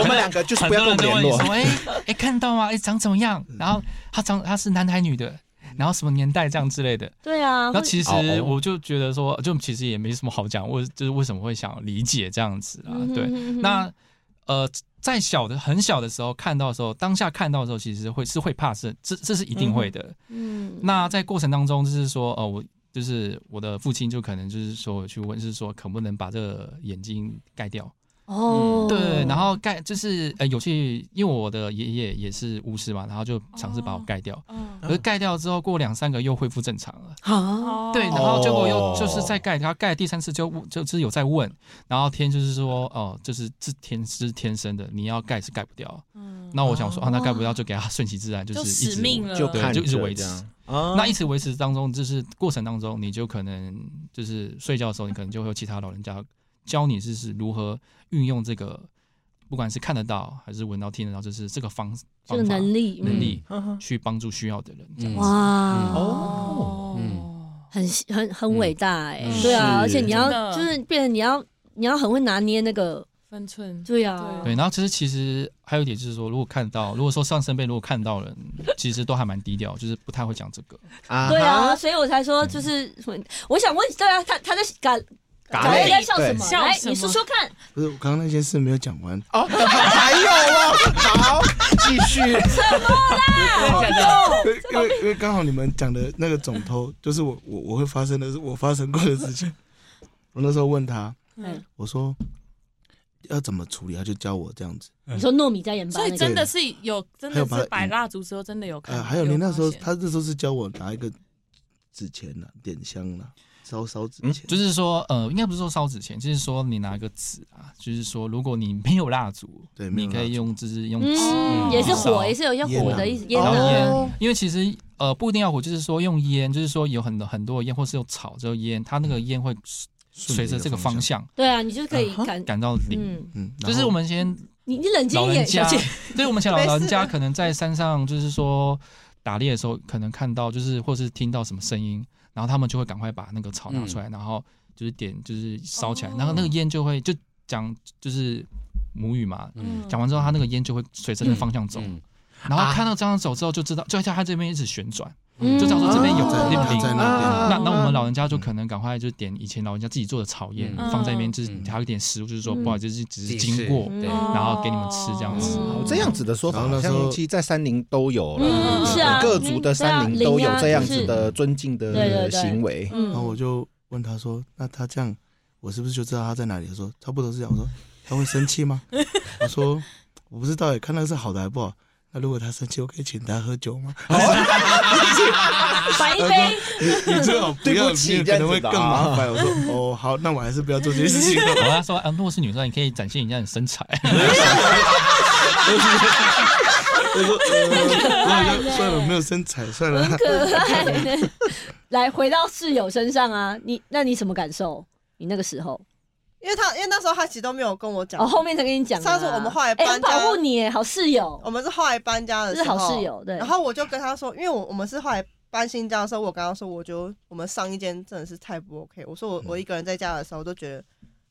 我们两个就是
很
不
多
要跟
人
我们
都问
联
你
络
说，。哎哎，看到吗？哎，长怎么样？然后他长他是男的还是女的？然后什么年代这样之类的，
对啊，
那
会
其实
哦哦
我就觉得说，就其实也没什么好讲，我就是为什么会想理解这样子啊？对，
嗯
那呃，在小的很小的时候看到的时候，当下看到的时候，其实会是会怕是这这是一定会的。
嗯
那在过程当中，就是说，呃，我就是我的父亲就可能就是说我去问，是说可不能把这个眼睛盖掉？
哦，
嗯对，然后盖就是呃有去，因为我的爷爷也是巫师嘛，然后就尝试把
哦
我盖掉，
嗯，
可是盖掉之后过两三个又恢复正常了。
啊，
哦
对，然后结果又
哦
就是在盖，他盖第三次就问就是有在问，然后天就是说哦，就是这天是天生的，你要盖是盖不掉。
嗯
那我想说啊，那盖不
哇
掉就给他顺其自然，就是
就
一
使
直
命
了。
了，
就
对
看
就一直
着
维
这
持
样啊
那一直维持当中，就是过程当中，你就可能就是睡觉的时候，你可能就会有其他老人家教你是是如何运用这个，不管是看得到还是闻到、听得到，就是这个方
这
方
个
法
能力，
能力
嗯哼
去帮助需要的人。这样
嗯
子
哇
嗯
哦，
嗯
很很很伟大哎
嗯，
对啊，
是
而且你要
真的
就是变成你要你要很会拿捏那个，
分寸，
对啊，
嗯
对，然后其实其实还有一点就是说，如果看到，如果说上身辈如果看到人，其实都还蛮低调，就是不太会讲这个。
啊
对啊，
哈，
所以我才说就是什么，我想问，对啊，他他在搞搞
嘞
在笑什么？
对
来
笑，什么
你说说看，
不是，我刚刚那件事没有讲完，
哦，还有哦，好，继续，
因为因为因为刚好你们讲的那个总头，就是我我我会发生的是我发生过的事情。我那时候问他，
嗯
我说要怎么处理，他就教我这样子。
你说糯米加盐巴
所
那
以
个
真的是有，真的
还有
是
把嗯
摆蜡烛之后真的有看
呃，
到，
还有你那时候，
发现
他那时候是教我拿一个纸钱啦、点香啦、烧烧纸钱，
就是说，呃，应该不是说烧纸钱，就是说你拿个纸啊，就是说如果你没有蜡烛，
对没有
你可
蜡烛
以用就是用纸，
嗯，也是火，
烧
也是有要
烟
火
啊
的意思，烟
然后
啊，
烟，因为其实呃不一定要火，就是说用烟，就是说有很多很多的烟，或是有草之后烟，它那个烟会嗯随着这个方向
对啊，你就可以感，
感到灵。
嗯，
嗯，然后
就是我们先
你你冷静
老
一
人
点，
家
小姐，，
对我们以前老老人家可能在山上，就是说打猎的时候，可能看到就是或是听到什么声音，然后他们就会赶快把那个草拿出
嗯
来，然后就是点就是烧起来，
哦
然后那个烟就会就讲就是母语嘛，
嗯
讲完之后，它那个烟就会随着那个方向走，
嗯
然后看到这样走之后就知道，就像它这边一直旋转，
嗯
就假如说这边有
在
那
那
边
在
啊
那
那那我们老人家就可能赶快就点以前老人家自己做的草烟
嗯
放在那边，就是
嗯
还有一点食物，就是说
嗯
不好意思，就是只是
自己吃
经过，
对
哦
然后给你们吃这样子。
哦
嗯
哦这样子的说法，
然后
好
那时候
像其实在山林都有了
嗯，是啊嗯
各族的山林都有这样子的尊敬
对对
的
对
行为。
嗯
边，然后我就问他说：“那他这样，我是不是就知道他在哪里？”他说：“差不多是这样。”我说：“他会生气吗？”我说：“我不知道耶，欸看那个是好的还不好。那如果他生气，我可以请他喝酒吗？”
摆一杯，
你你最好不
对
要，
不起
你可能会更麻烦。我说哦，好，那我还是不要做这件事情了。
我跟他说，啊，如果是女生，你可以展现一下你身材。
我说，呃我就算了，没有身材，算了。
可爱呢。 来，回到室友身上啊，你那你什么感受？你那个时候，
因为他因为那时候他其实都没有跟我讲
哦，，后面才跟你讲啊。
上次我们后来
哎，
搬家
很保护你耶，好室友，
我们是后来搬家的时
是
候，
好室友，对。
然后我就跟他说，因为我我们是后来搬新家的时候，我刚刚说，我就我们上一间真的是太不 OK。我说我我一个人在家的时候，都觉得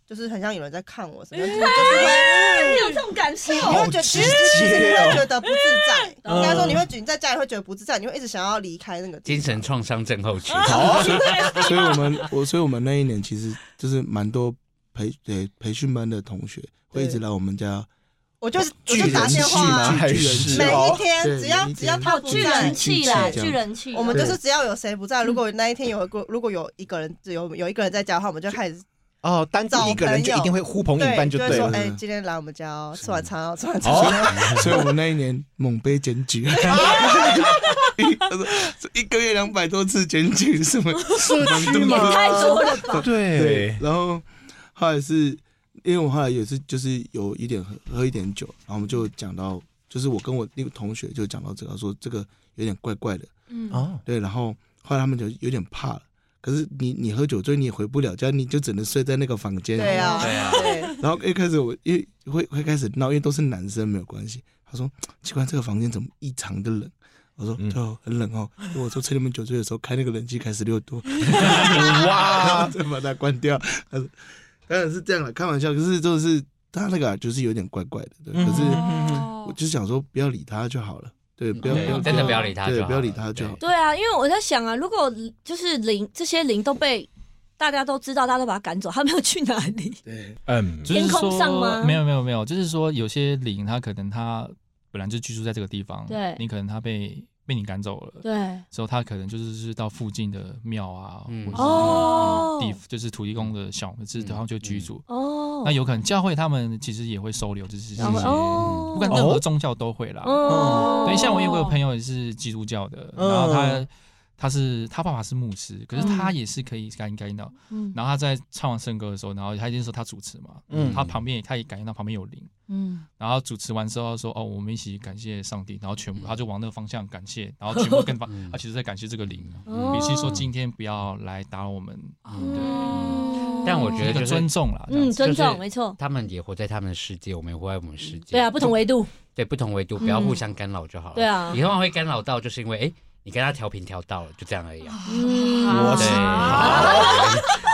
就是很像有人在看 我什么样，就是
你有这种感受？
你会觉得其实其实你会觉得不自在。应该说你会你在家里会觉得不自在，你会一直想要离开那个地
精
方
神。创伤症候群，
所以我们我所以我们那一年其实就是蛮多培培培训班的同学会一直来我们家，
我就是我
巨
就打
人
电
气吗？
话，
还
巨人
是
气
每一
哦？
天
对
只要
每一天
只要他
好
不
巨
在
人。气啦，
这样
巨人气。
我们就是
对
只要有谁不在，如果那一天有个如果有一个人只有有一个人在家的话，我们就开始
哦，单独一个人就一定会呼朋引伴就
就
对
说
了。
哎，今天来我们家哦，吃晚餐哦，吃晚餐。
哦，
所以我们那一年猛被检举， 他说这一个月两百多次检举，什么
社区
也
吗？
太多了吧？
对，
然后后来是因为我后来也是就是有一点喝喝一点酒，然后我们就讲到，就是我跟我那个同学就讲到这个，说这个有点怪怪的，
嗯，
哦，
对，然后后来他们就有点怕了。可是你你喝酒醉你也回不了家，你就只能睡在那个房间。
对啊，
对啊
对
然后一开始我因为会会开始闹，因为都是男生没有关系。他说奇怪，这个房间怎么异常的冷？我说
嗯
对、哦，很冷哦。因为我说趁你们酒醉的时候开那个冷气开十六度，然
哇
后，再把它关掉。他说当然是这样了，开玩笑。可是就是他那个啊就是有点怪怪的，对。可是
嗯
我就想说不要理他就好了，对，不要不要
对真的不要理他就
对，
好了，
不要理他就好。
对啊，因为我在想啊，如果就是零这些零都被大家都知道，大家都把他赶走，他没有去哪里？
对，
嗯，
就是
天空
说
上吗
没有没有没有，就是说有些灵，它可能它本来就居住在这个地方，
对
你可能它被被你赶走了，
对，
之后它可能就是是到附近的庙啊，
嗯
或者是
哦
地就是土地公的小门是
嗯
然后就居住。
哦，
那有可能教会他们其实也会收留，就是这
然后
些
哦，
不管任何宗教都会啦。
哦，
对，像我有个朋友也是基督教的，
嗯
然后他他是他爸爸是牧师，可是他也是可以感应感应到。
嗯
然后他在唱完圣歌的时候，然后他一定说他主持嘛，
嗯
他旁边也他也感应到旁边有灵，
嗯，
然后主持完之后说哦，我们一起感谢上帝，然后全部他就往那个方向感谢，然后全部跟方
嗯
他其实在感谢这个灵，
哦
比起说今天不要来打扰我们，
嗯
但我觉得
一
就
个
是
尊重啦，这样
嗯
子
尊
就
重
是
没错，
他们也活在他们的世界，我们也活在我们的世界。
对啊，不同维度，
对不同维度，不要互相干扰就好了。
对啊
以后会干扰到，就是因为哎，你跟他调频调到了，就这样而已啊。
嗯，
我
对
是，哦
啊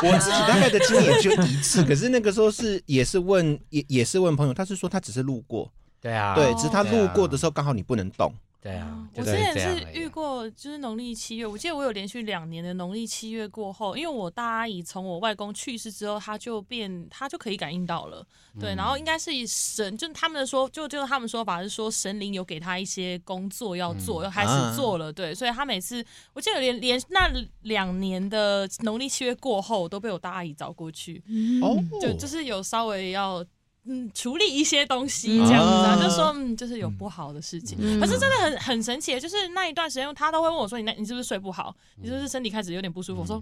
我自己大概的经历也就一次，可是那个时候是也是问也也是问朋友，他是说他只是路过，
对啊，
对，只是他路过的时候刚好你不能动，
对啊，
我
就
之
是
前
这样
是
而已
遇
啊。
过，就是农历七月，我记得我有连续两年的农历七月过后，因为我大阿姨从我外公去世之后，她就变，她就可以感应到了，对，
嗯
然后应该是以神，就他们的说，就就他们说法是说神灵有给她一些工作要做，
嗯
又开
啊
始做了，对，所以她每次，我记得连连那两年的农历七月过后，都被我大阿姨找过去，
哦，
就就是有稍微要嗯处理一些东西这样子啊，
啊
就说嗯就是有不好的事情，
嗯
可是真的很很神奇，就是那一段时间他都会问我说你那你是不是睡不好，
嗯
你是不是身体开始有点不舒服？我说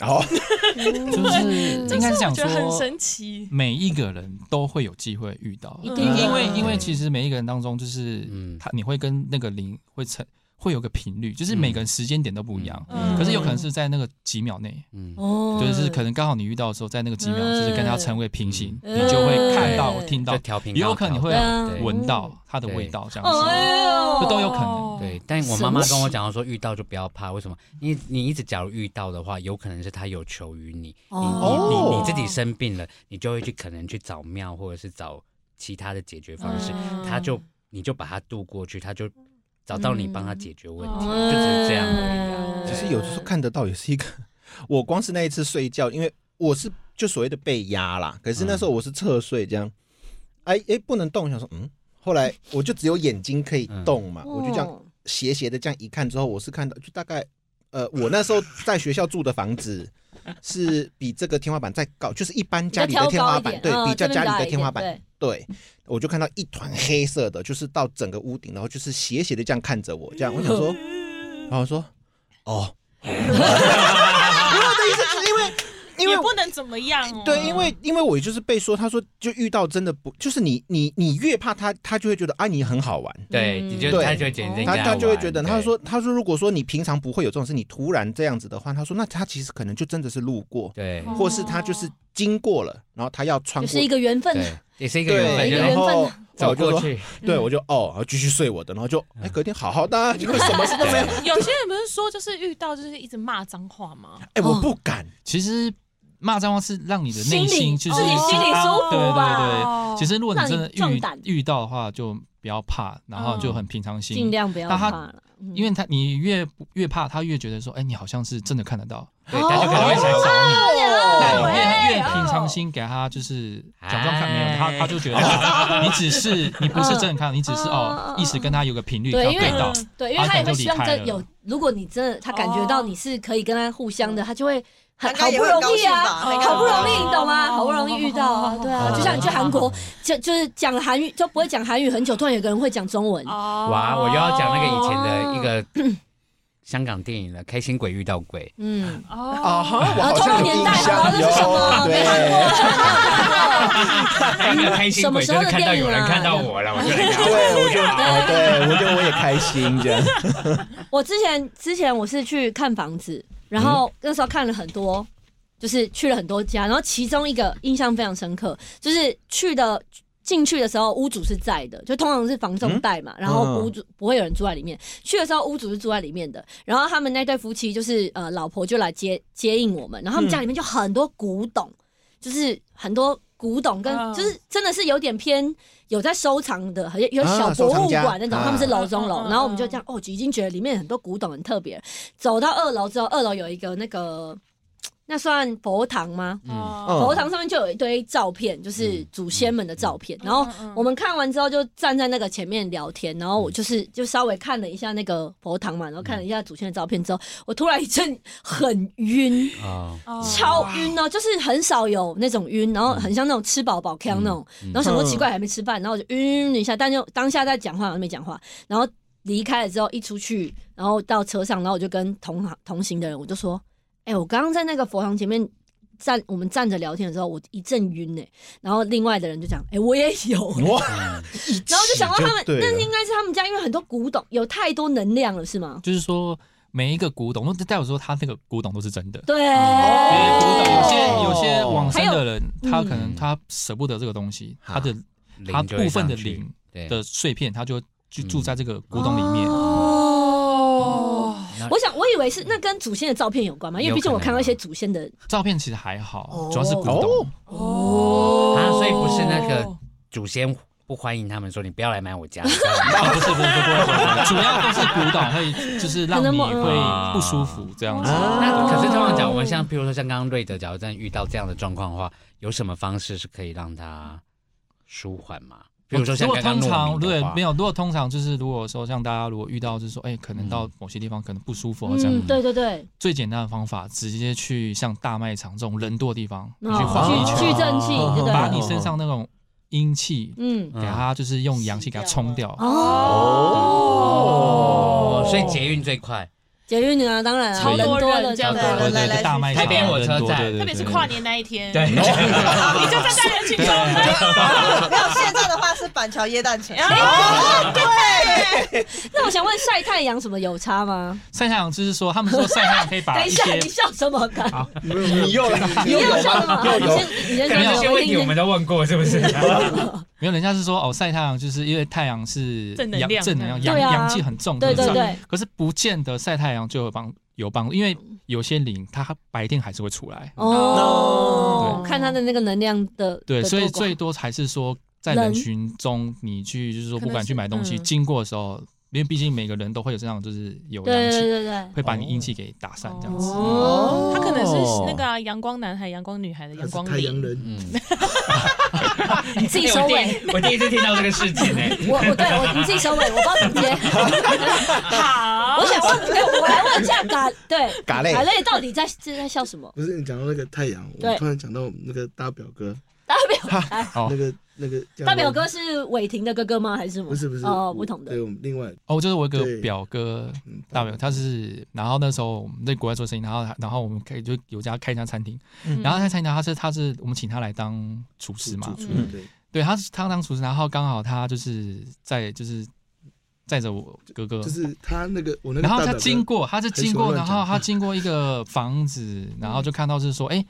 哦，
嗯
就是应该是
我
讲
觉
说
得很神奇，
每一个人都会有机会遇到，
一
因
定的
为哎因为
对
其实每一个人当中，就是
嗯
他你会跟那个灵会成会有个频率，就是每
嗯
个人时间点都不一样，
嗯
可是有可能是在那个几秒内，
嗯，
哦
就是可能刚好你遇到的时候，在那个几秒
嗯
就是跟他成为平行，
嗯
你就会看到、
对
听到
就，调频
也
高，
有可能你会
对啊
对
闻到它的味
对
道这样子。
哦，
这都有可能
对，但我妈妈跟我讲说，遇到就不要怕，为什么？你你一直假如遇到的话，有可能是他有求于你，你你
哦
你你自己生病了，你就会去可能去找庙或者是找其他的解决方式，
嗯
他就你就把他渡过去，他就找到你帮他解决问题，
嗯
就只是这样而已啊。
嗯
其
对
实有的时候看得到也是一个，我光是那一次睡觉，因为我是就所谓的被压啦，可是那时候我是侧睡这样，哎哎不能动，我想说嗯，后来我就只有眼睛可以动嘛，我就这
哦
样斜斜的这样一看之后，我是看到就大概呃，我那时候在学校住的房子。是比这个天花板再高，就是一般家里的天花板，对，
嗯
比较家里的天花板，，对，我就看到一团黑色的，就是到整个屋顶，然后就是斜斜的这样看着我，这样我想说，然后我说，哦，
也
因为我的意思是因为，因为
不能怎么样哦。
对，因为因为我就是被说，他说就遇到真的不，就是你你你越怕他，他就会觉得啊你很好玩，
对，你就
对
他就会觉得人家
他他就会觉得，
玩
他说他说如果说你平常不会有这种事，你突然这样子的话，他说那他其实可能就真的是路过，
对对
或是他就是经过了，然后他要穿
哦就
过，
是一个缘分，
对，也是一个缘分，
对，
一个
就是
缘分
然
啊嗯
后
走
我就
过
说
去，
对，我就哦，然后继续睡我的，然后就
嗯
哎，隔天好好的啊，就什么事都没有。
有些人不是说就是遇到就是一直骂脏话吗？
哎，我
哦
不敢，
其实骂脏话是让你的
心里
内心
哦
就是
自己心里舒服啊
对对
吧
对，其实如果你真的
让你壮胆嗯
遇遇到的话，就不要怕，然后就很平常心，
尽量不要
那
怕
他
了，嗯
因为他你越不越怕，他越觉得说，哎、你好像是真的看得到，
对，他就可能会想找你。
但你
哎
越越
哦
平常心给他就是
哎
假装看没有，他他就觉 得你只是你不是真的看到，你只是
嗯
哦
嗯嗯
意识跟他有个频率
对
要
因为嗯
对到，
对，因为他也会希望
啊
真有
就离开了，
如果你真的他感觉到你是可以跟他互相的，他就会很
哦嗯他
好
应该也
不
会
容易啊，
高兴吧
好不容易，你懂吗？
哦
好不容易遇到啊，对啊，
哦
就像你去韩国，就就是讲韩语就不会讲韩语很久，突然有个人会讲中文，
哦
哇，我又要讲那个以前的一个 香港电影了，《开心鬼遇到鬼》，
嗯，
啊
哦，
哈，我
啊
好
中
像
国
有
年
印
代好像
象
是什么
有，
没看
对，
那个开心鬼就是看到
啊
有人看到我了，我就 来看。
对，我就哦，对，我就我也开心 这样，
我之前之前我是去看房子，然后那时候看了很多。就是去了很多家，然后其中一个印象非常深刻，就是去的进去的时候屋主是在的，就通常是房仲带嘛，然后屋主不会有人住在里面。去的时候屋主是住在里面的，然后他们那对夫妻就是呃老婆就来接接应我们，然后他们家里面就很多古董，就是很多。古董跟
嗯
就是真的是有点偏有在收藏的，有有
啊
小博
收藏
物
家
馆那种，
啊
他们是楼中
嗯嗯
楼，
嗯
然后我们就这样哦，已经觉得里面很多古董很特别。走到二楼之后，二楼有一个那个那算佛堂吗？
嗯，
哦
佛堂上面就有一堆照片，
嗯
就是祖先们的照
嗯
片。然后我们看完之后就站在那个前面聊天，然后
嗯
我就是就稍微看了一下那个佛堂嘛，然后看了一下祖先的照片之后，我突然一阵很晕，
哦，
超晕哦，就是很少有那种晕，然后很像那种吃饱饱腔那种，
嗯嗯
然后想说
嗯
奇怪还没吃饭，然后我就晕了一下，但就当下在讲话，然后没讲话，然后离开了之后一出去，然后到车上，然后我就跟同行同行的人我就说，哎、我刚刚在那个佛堂前面。站我们站着聊天的时候，我一阵晕哎、然后另外的人就讲，哎、我也有、
哇，
然后就想到哦他们，
就对了
那应该是他们家，因为很多古董有太多能量了，是吗？
就是说每一个古董，那代表说他那个古董都是真的。
对，
因为古董有些
哦
有些往生
还有
的人，他可能
嗯
他舍不得这个东西，
哈
他的
零
他
就会
部分的
上去
零
对
的碎片，他就就
嗯
住在这个古董里面。
哦，
那
我想我以为是那跟祖先的照片有关嘛，因为毕竟我看到一些祖先的
照片其实还好
哦，
主要是古
哦
董。
嗯
哦
啊所以不是那个祖先不欢迎他们说你不要来买我家，你不要来买
啊不是不是不 是，主要都是古董会就是让
可能嗯啊
你
某
会不舒服这样子。
哦
那可是通常讲，我们像譬如说像刚刚瑞德，假如真的遇到这样的状况的话，有什么方式是可以让他舒缓吗？比如说像
哦如果
刚刚
通
糯
常
米
对
的话
没，有，如果通常就是如果说像大家如果遇到就是说哎，可能
嗯
到某些地方可能不舒服或啊这样，
嗯，对对对，
最简单的方法直接去像大卖场这种人多的地方，你
哦
去晃一圈，
去去正气，对不
把
对？
你身上那种阴气
嗯，
嗯
给它就是用阳气给它冲掉。
哦
哦，
所以捷运最快，
捷运啊，当然啊，
超
人
多
多
人
了，
这样
超
子
多
对
人
对
来来
对，大卖场
台北火车站
特别是跨，年那一天，
对对对对对，
你 就站在人群中，
没有现在的话是板桥椰蛋城，
哎
那我想问，晒太阳什么有差吗？
晒太阳就是说他们说晒太阳可以把
等一
一
下，
些
你笑什么？
好
你又你又有
笑什
吗？又
么？你
有
先，你先
可能这些
说，我
问
听
题我们
听。
都问过，是不是？
没有，人家是说哦，晒太阳就是因为太阳是
正能量
阳正能量，
对啊
阳阳气很 重，
对
很
对
重
对，
可是不见得晒太阳就有帮有帮助，因为有些灵它白天还是会出来，
哦，
对
看他的那个能量的，
对，
的
所以
哦多寡
最多还是说在
人
人群中，你去就是说
可能
不管
是
去买东西，
嗯
经过的时候，因为毕竟每个人都会有这样就是有
对
阳
对
气，
对对，
会把你阴气给打散这样子。
哦，
他可能是那个啊阳光男孩、阳光女孩的阳光
太阳
脸，
人，
嗯，
你自己收
我
尾。
第 我第一次听到这个事情呢。欸
我我对我你自己收尾，我不知道怎么接。
好
我，想问，哎、我来问一下嘎对
嘎类
嘎类到底在是在笑什么？
不是你讲到那个太阳，
对
我突然讲到我们那个大表哥，
大表哎
哦
那个那个叫
大表哥是伟霆的哥哥吗？还是什么？
不是不是
哦，
我
不同的
对我们另外
哦，就是我有一
对
个表哥，
嗯
大表他是，然后那时候我们在国外做生意，然后然后我们开就有家开一家餐厅，
嗯
然后他餐厅他是他是我们请他来当厨师嘛，
住住
嗯
对，
对，他是他当厨师，然后刚好他就是在就是载着我哥哥，
就是他那个我那个大
然后
表
他
哥
经过，他是经
很喜欢
过，
乱嗯
然
讲
后他经过一个房子，然后就看到是说，哎、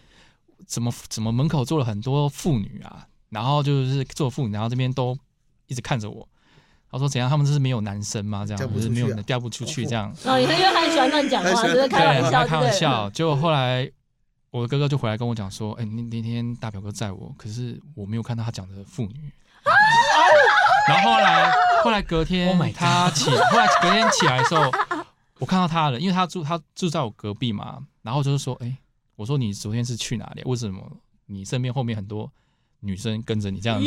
怎么怎么门口坐了很多妇女啊？然后就是做妇女，然后这边都一直看着我。他说怎样？他们就是没有男生嘛，这
嫁
样
不
就是
出
没
去
有
啊
嫁不出去这样。
哦，你看，因为他很喜欢乱讲话，
他
只
喜欢
是开玩笑，
开玩笑。
对
结果后来我哥哥就回来跟我讲说，哎、那那天大表哥载我，可是我没有看到他讲的妇女。然后后来后来隔
Oh my
天
God
他起，后来隔天起来的时候，我看到他了，因为他住他住在我隔壁嘛，然后就是说，哎、我说你昨天是去哪里？为什么你身边后面很多女生跟着你这样子？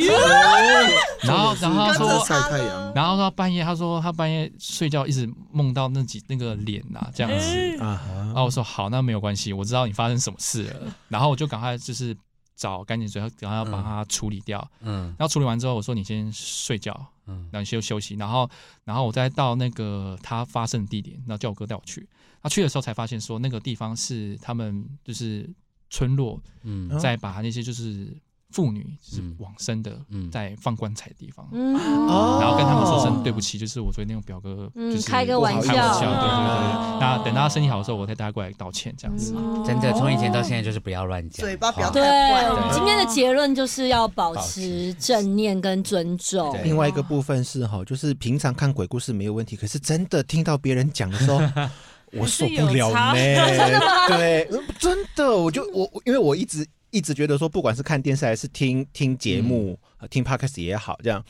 然后然后他
跟
说
着着
晒
他
太
呢
阳，
然后他半夜，他说他半夜睡觉一直梦到那几那个脸啊，这样子。
啊
嗯
然后我说好，那没有关系，我知道你发生什么事了。然后我就赶快就是找干净水，然后把它处理掉。
嗯
然后处理完之后，我说你先睡觉，
嗯，
然后你休休息，然后然后我再到那个它发生的地点，然后叫我哥带我去。他去的时候才发现说那个地方是他们就是村落
嗯
嗯
在把那些就是妇女就是
嗯
往生的
嗯
在放棺材的地方，
嗯，
哦
然后跟他们说声对不起，就是我昨天那个表哥，
嗯
就是
开个玩笑
开对对
呃
对
哦
对。那等到他身体好的时候，我再带他过来道歉，这样子。
嗯
真的，从以前到现在就是不要乱讲话，
嘴巴不要
对
太坏，
我们今天的结论就是要保持正念跟尊重。
对
哦另外一个部分是
哦
哈，就是平常看鬼故事没有问题，可是真的听到别人讲的 时候，我受不了呢。真的 吗？ 对，真的，我就我我因为我一直一直觉得说，不管是看电视还是听听节目、
嗯
呃听 podcast 也好，这样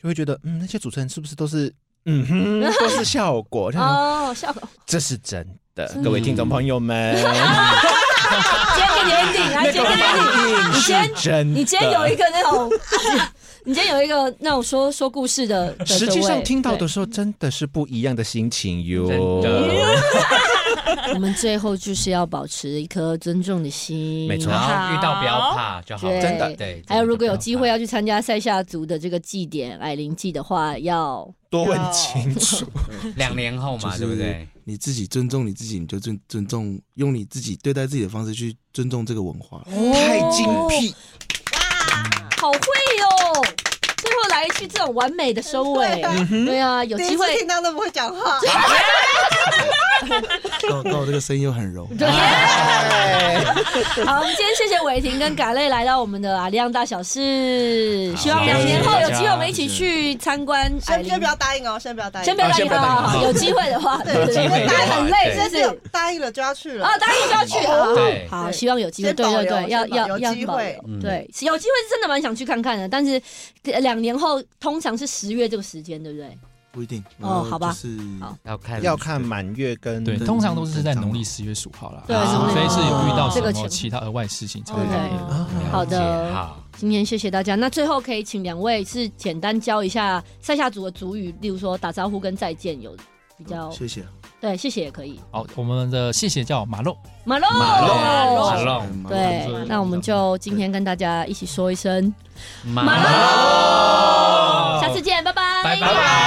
就会觉得，嗯，那些主持人是不是都是嗯哼， 都是效果？这样
哦，效果。
这是真的
真，的
各位听众朋 友们，
今天给你 ending，来，
那
今天
个
给你 ending。
反应是 真的。
你今天有一个那种，你今天有一个那种说说故事的，的
实际
的
上
味
听到的
对
时候，真的是不一样的心情哟。
真的
我们最后就是要保持一颗尊重的心，啊
没错
然后遇到不要怕就好，
对
真的
对。
还有，
真的
如果有
不
机
怕
会要去参加塞夏族的这个祭典矮灵祭的话，要
多问清楚。
两年后嘛，
就是
对不对？
你自己尊重你自己，你就尊尊重，用你自己对待自己的方式去尊重这个文化。
太精辟，
好会哦！最后来一句这种完美的收尾， 对啊，有
第
机
一次
会
听到都不会讲话，
刚刚我这个声音又很柔，
对。
哎
好，我们今天谢谢伟霆跟嘎类来到我们的阿亮大小事，希望
好
两年
谢谢
后有
大家
机会我们一起去参观矮
先
灵
先不要答应哦，先不要答应，
先不要答应
先不要答应
啊
好好好有机会的话，对对对，
有机会的话
答应很累，
对
真
但
是
是有答应了就要去了
啊，，答应就要去，好好
对
好，
对
希望有机会，
先
对
保留
对对，要
先保
要
留
要
机
保
会
留，
嗯
对，有机会是真的蛮想去看看的，但是呃两年后通常是十月这个时间，对不对？
不一定。
哦好吧
就是
好
要看
要看满月跟
对，通常都是在农历十月十五号啦，
对
农历
除非是有遇到
这
什
个
么
情
其他额外事情才会
OK
改变。
了
好
解
的
好，
今天谢谢大家，那最后可以请两位是简单教一下塞夏族的族语，例如说打招呼跟再见有比较，
哦谢谢。
对，谢谢也可以。
好，哦我们的谢谢叫马肉，
马喽，
马
喽
喽
马
马
喽
喽
嗯
对
马，喽
那我们就今天跟大家一起说一声，
马
喽
喽，
下次见，拜拜，
拜拜。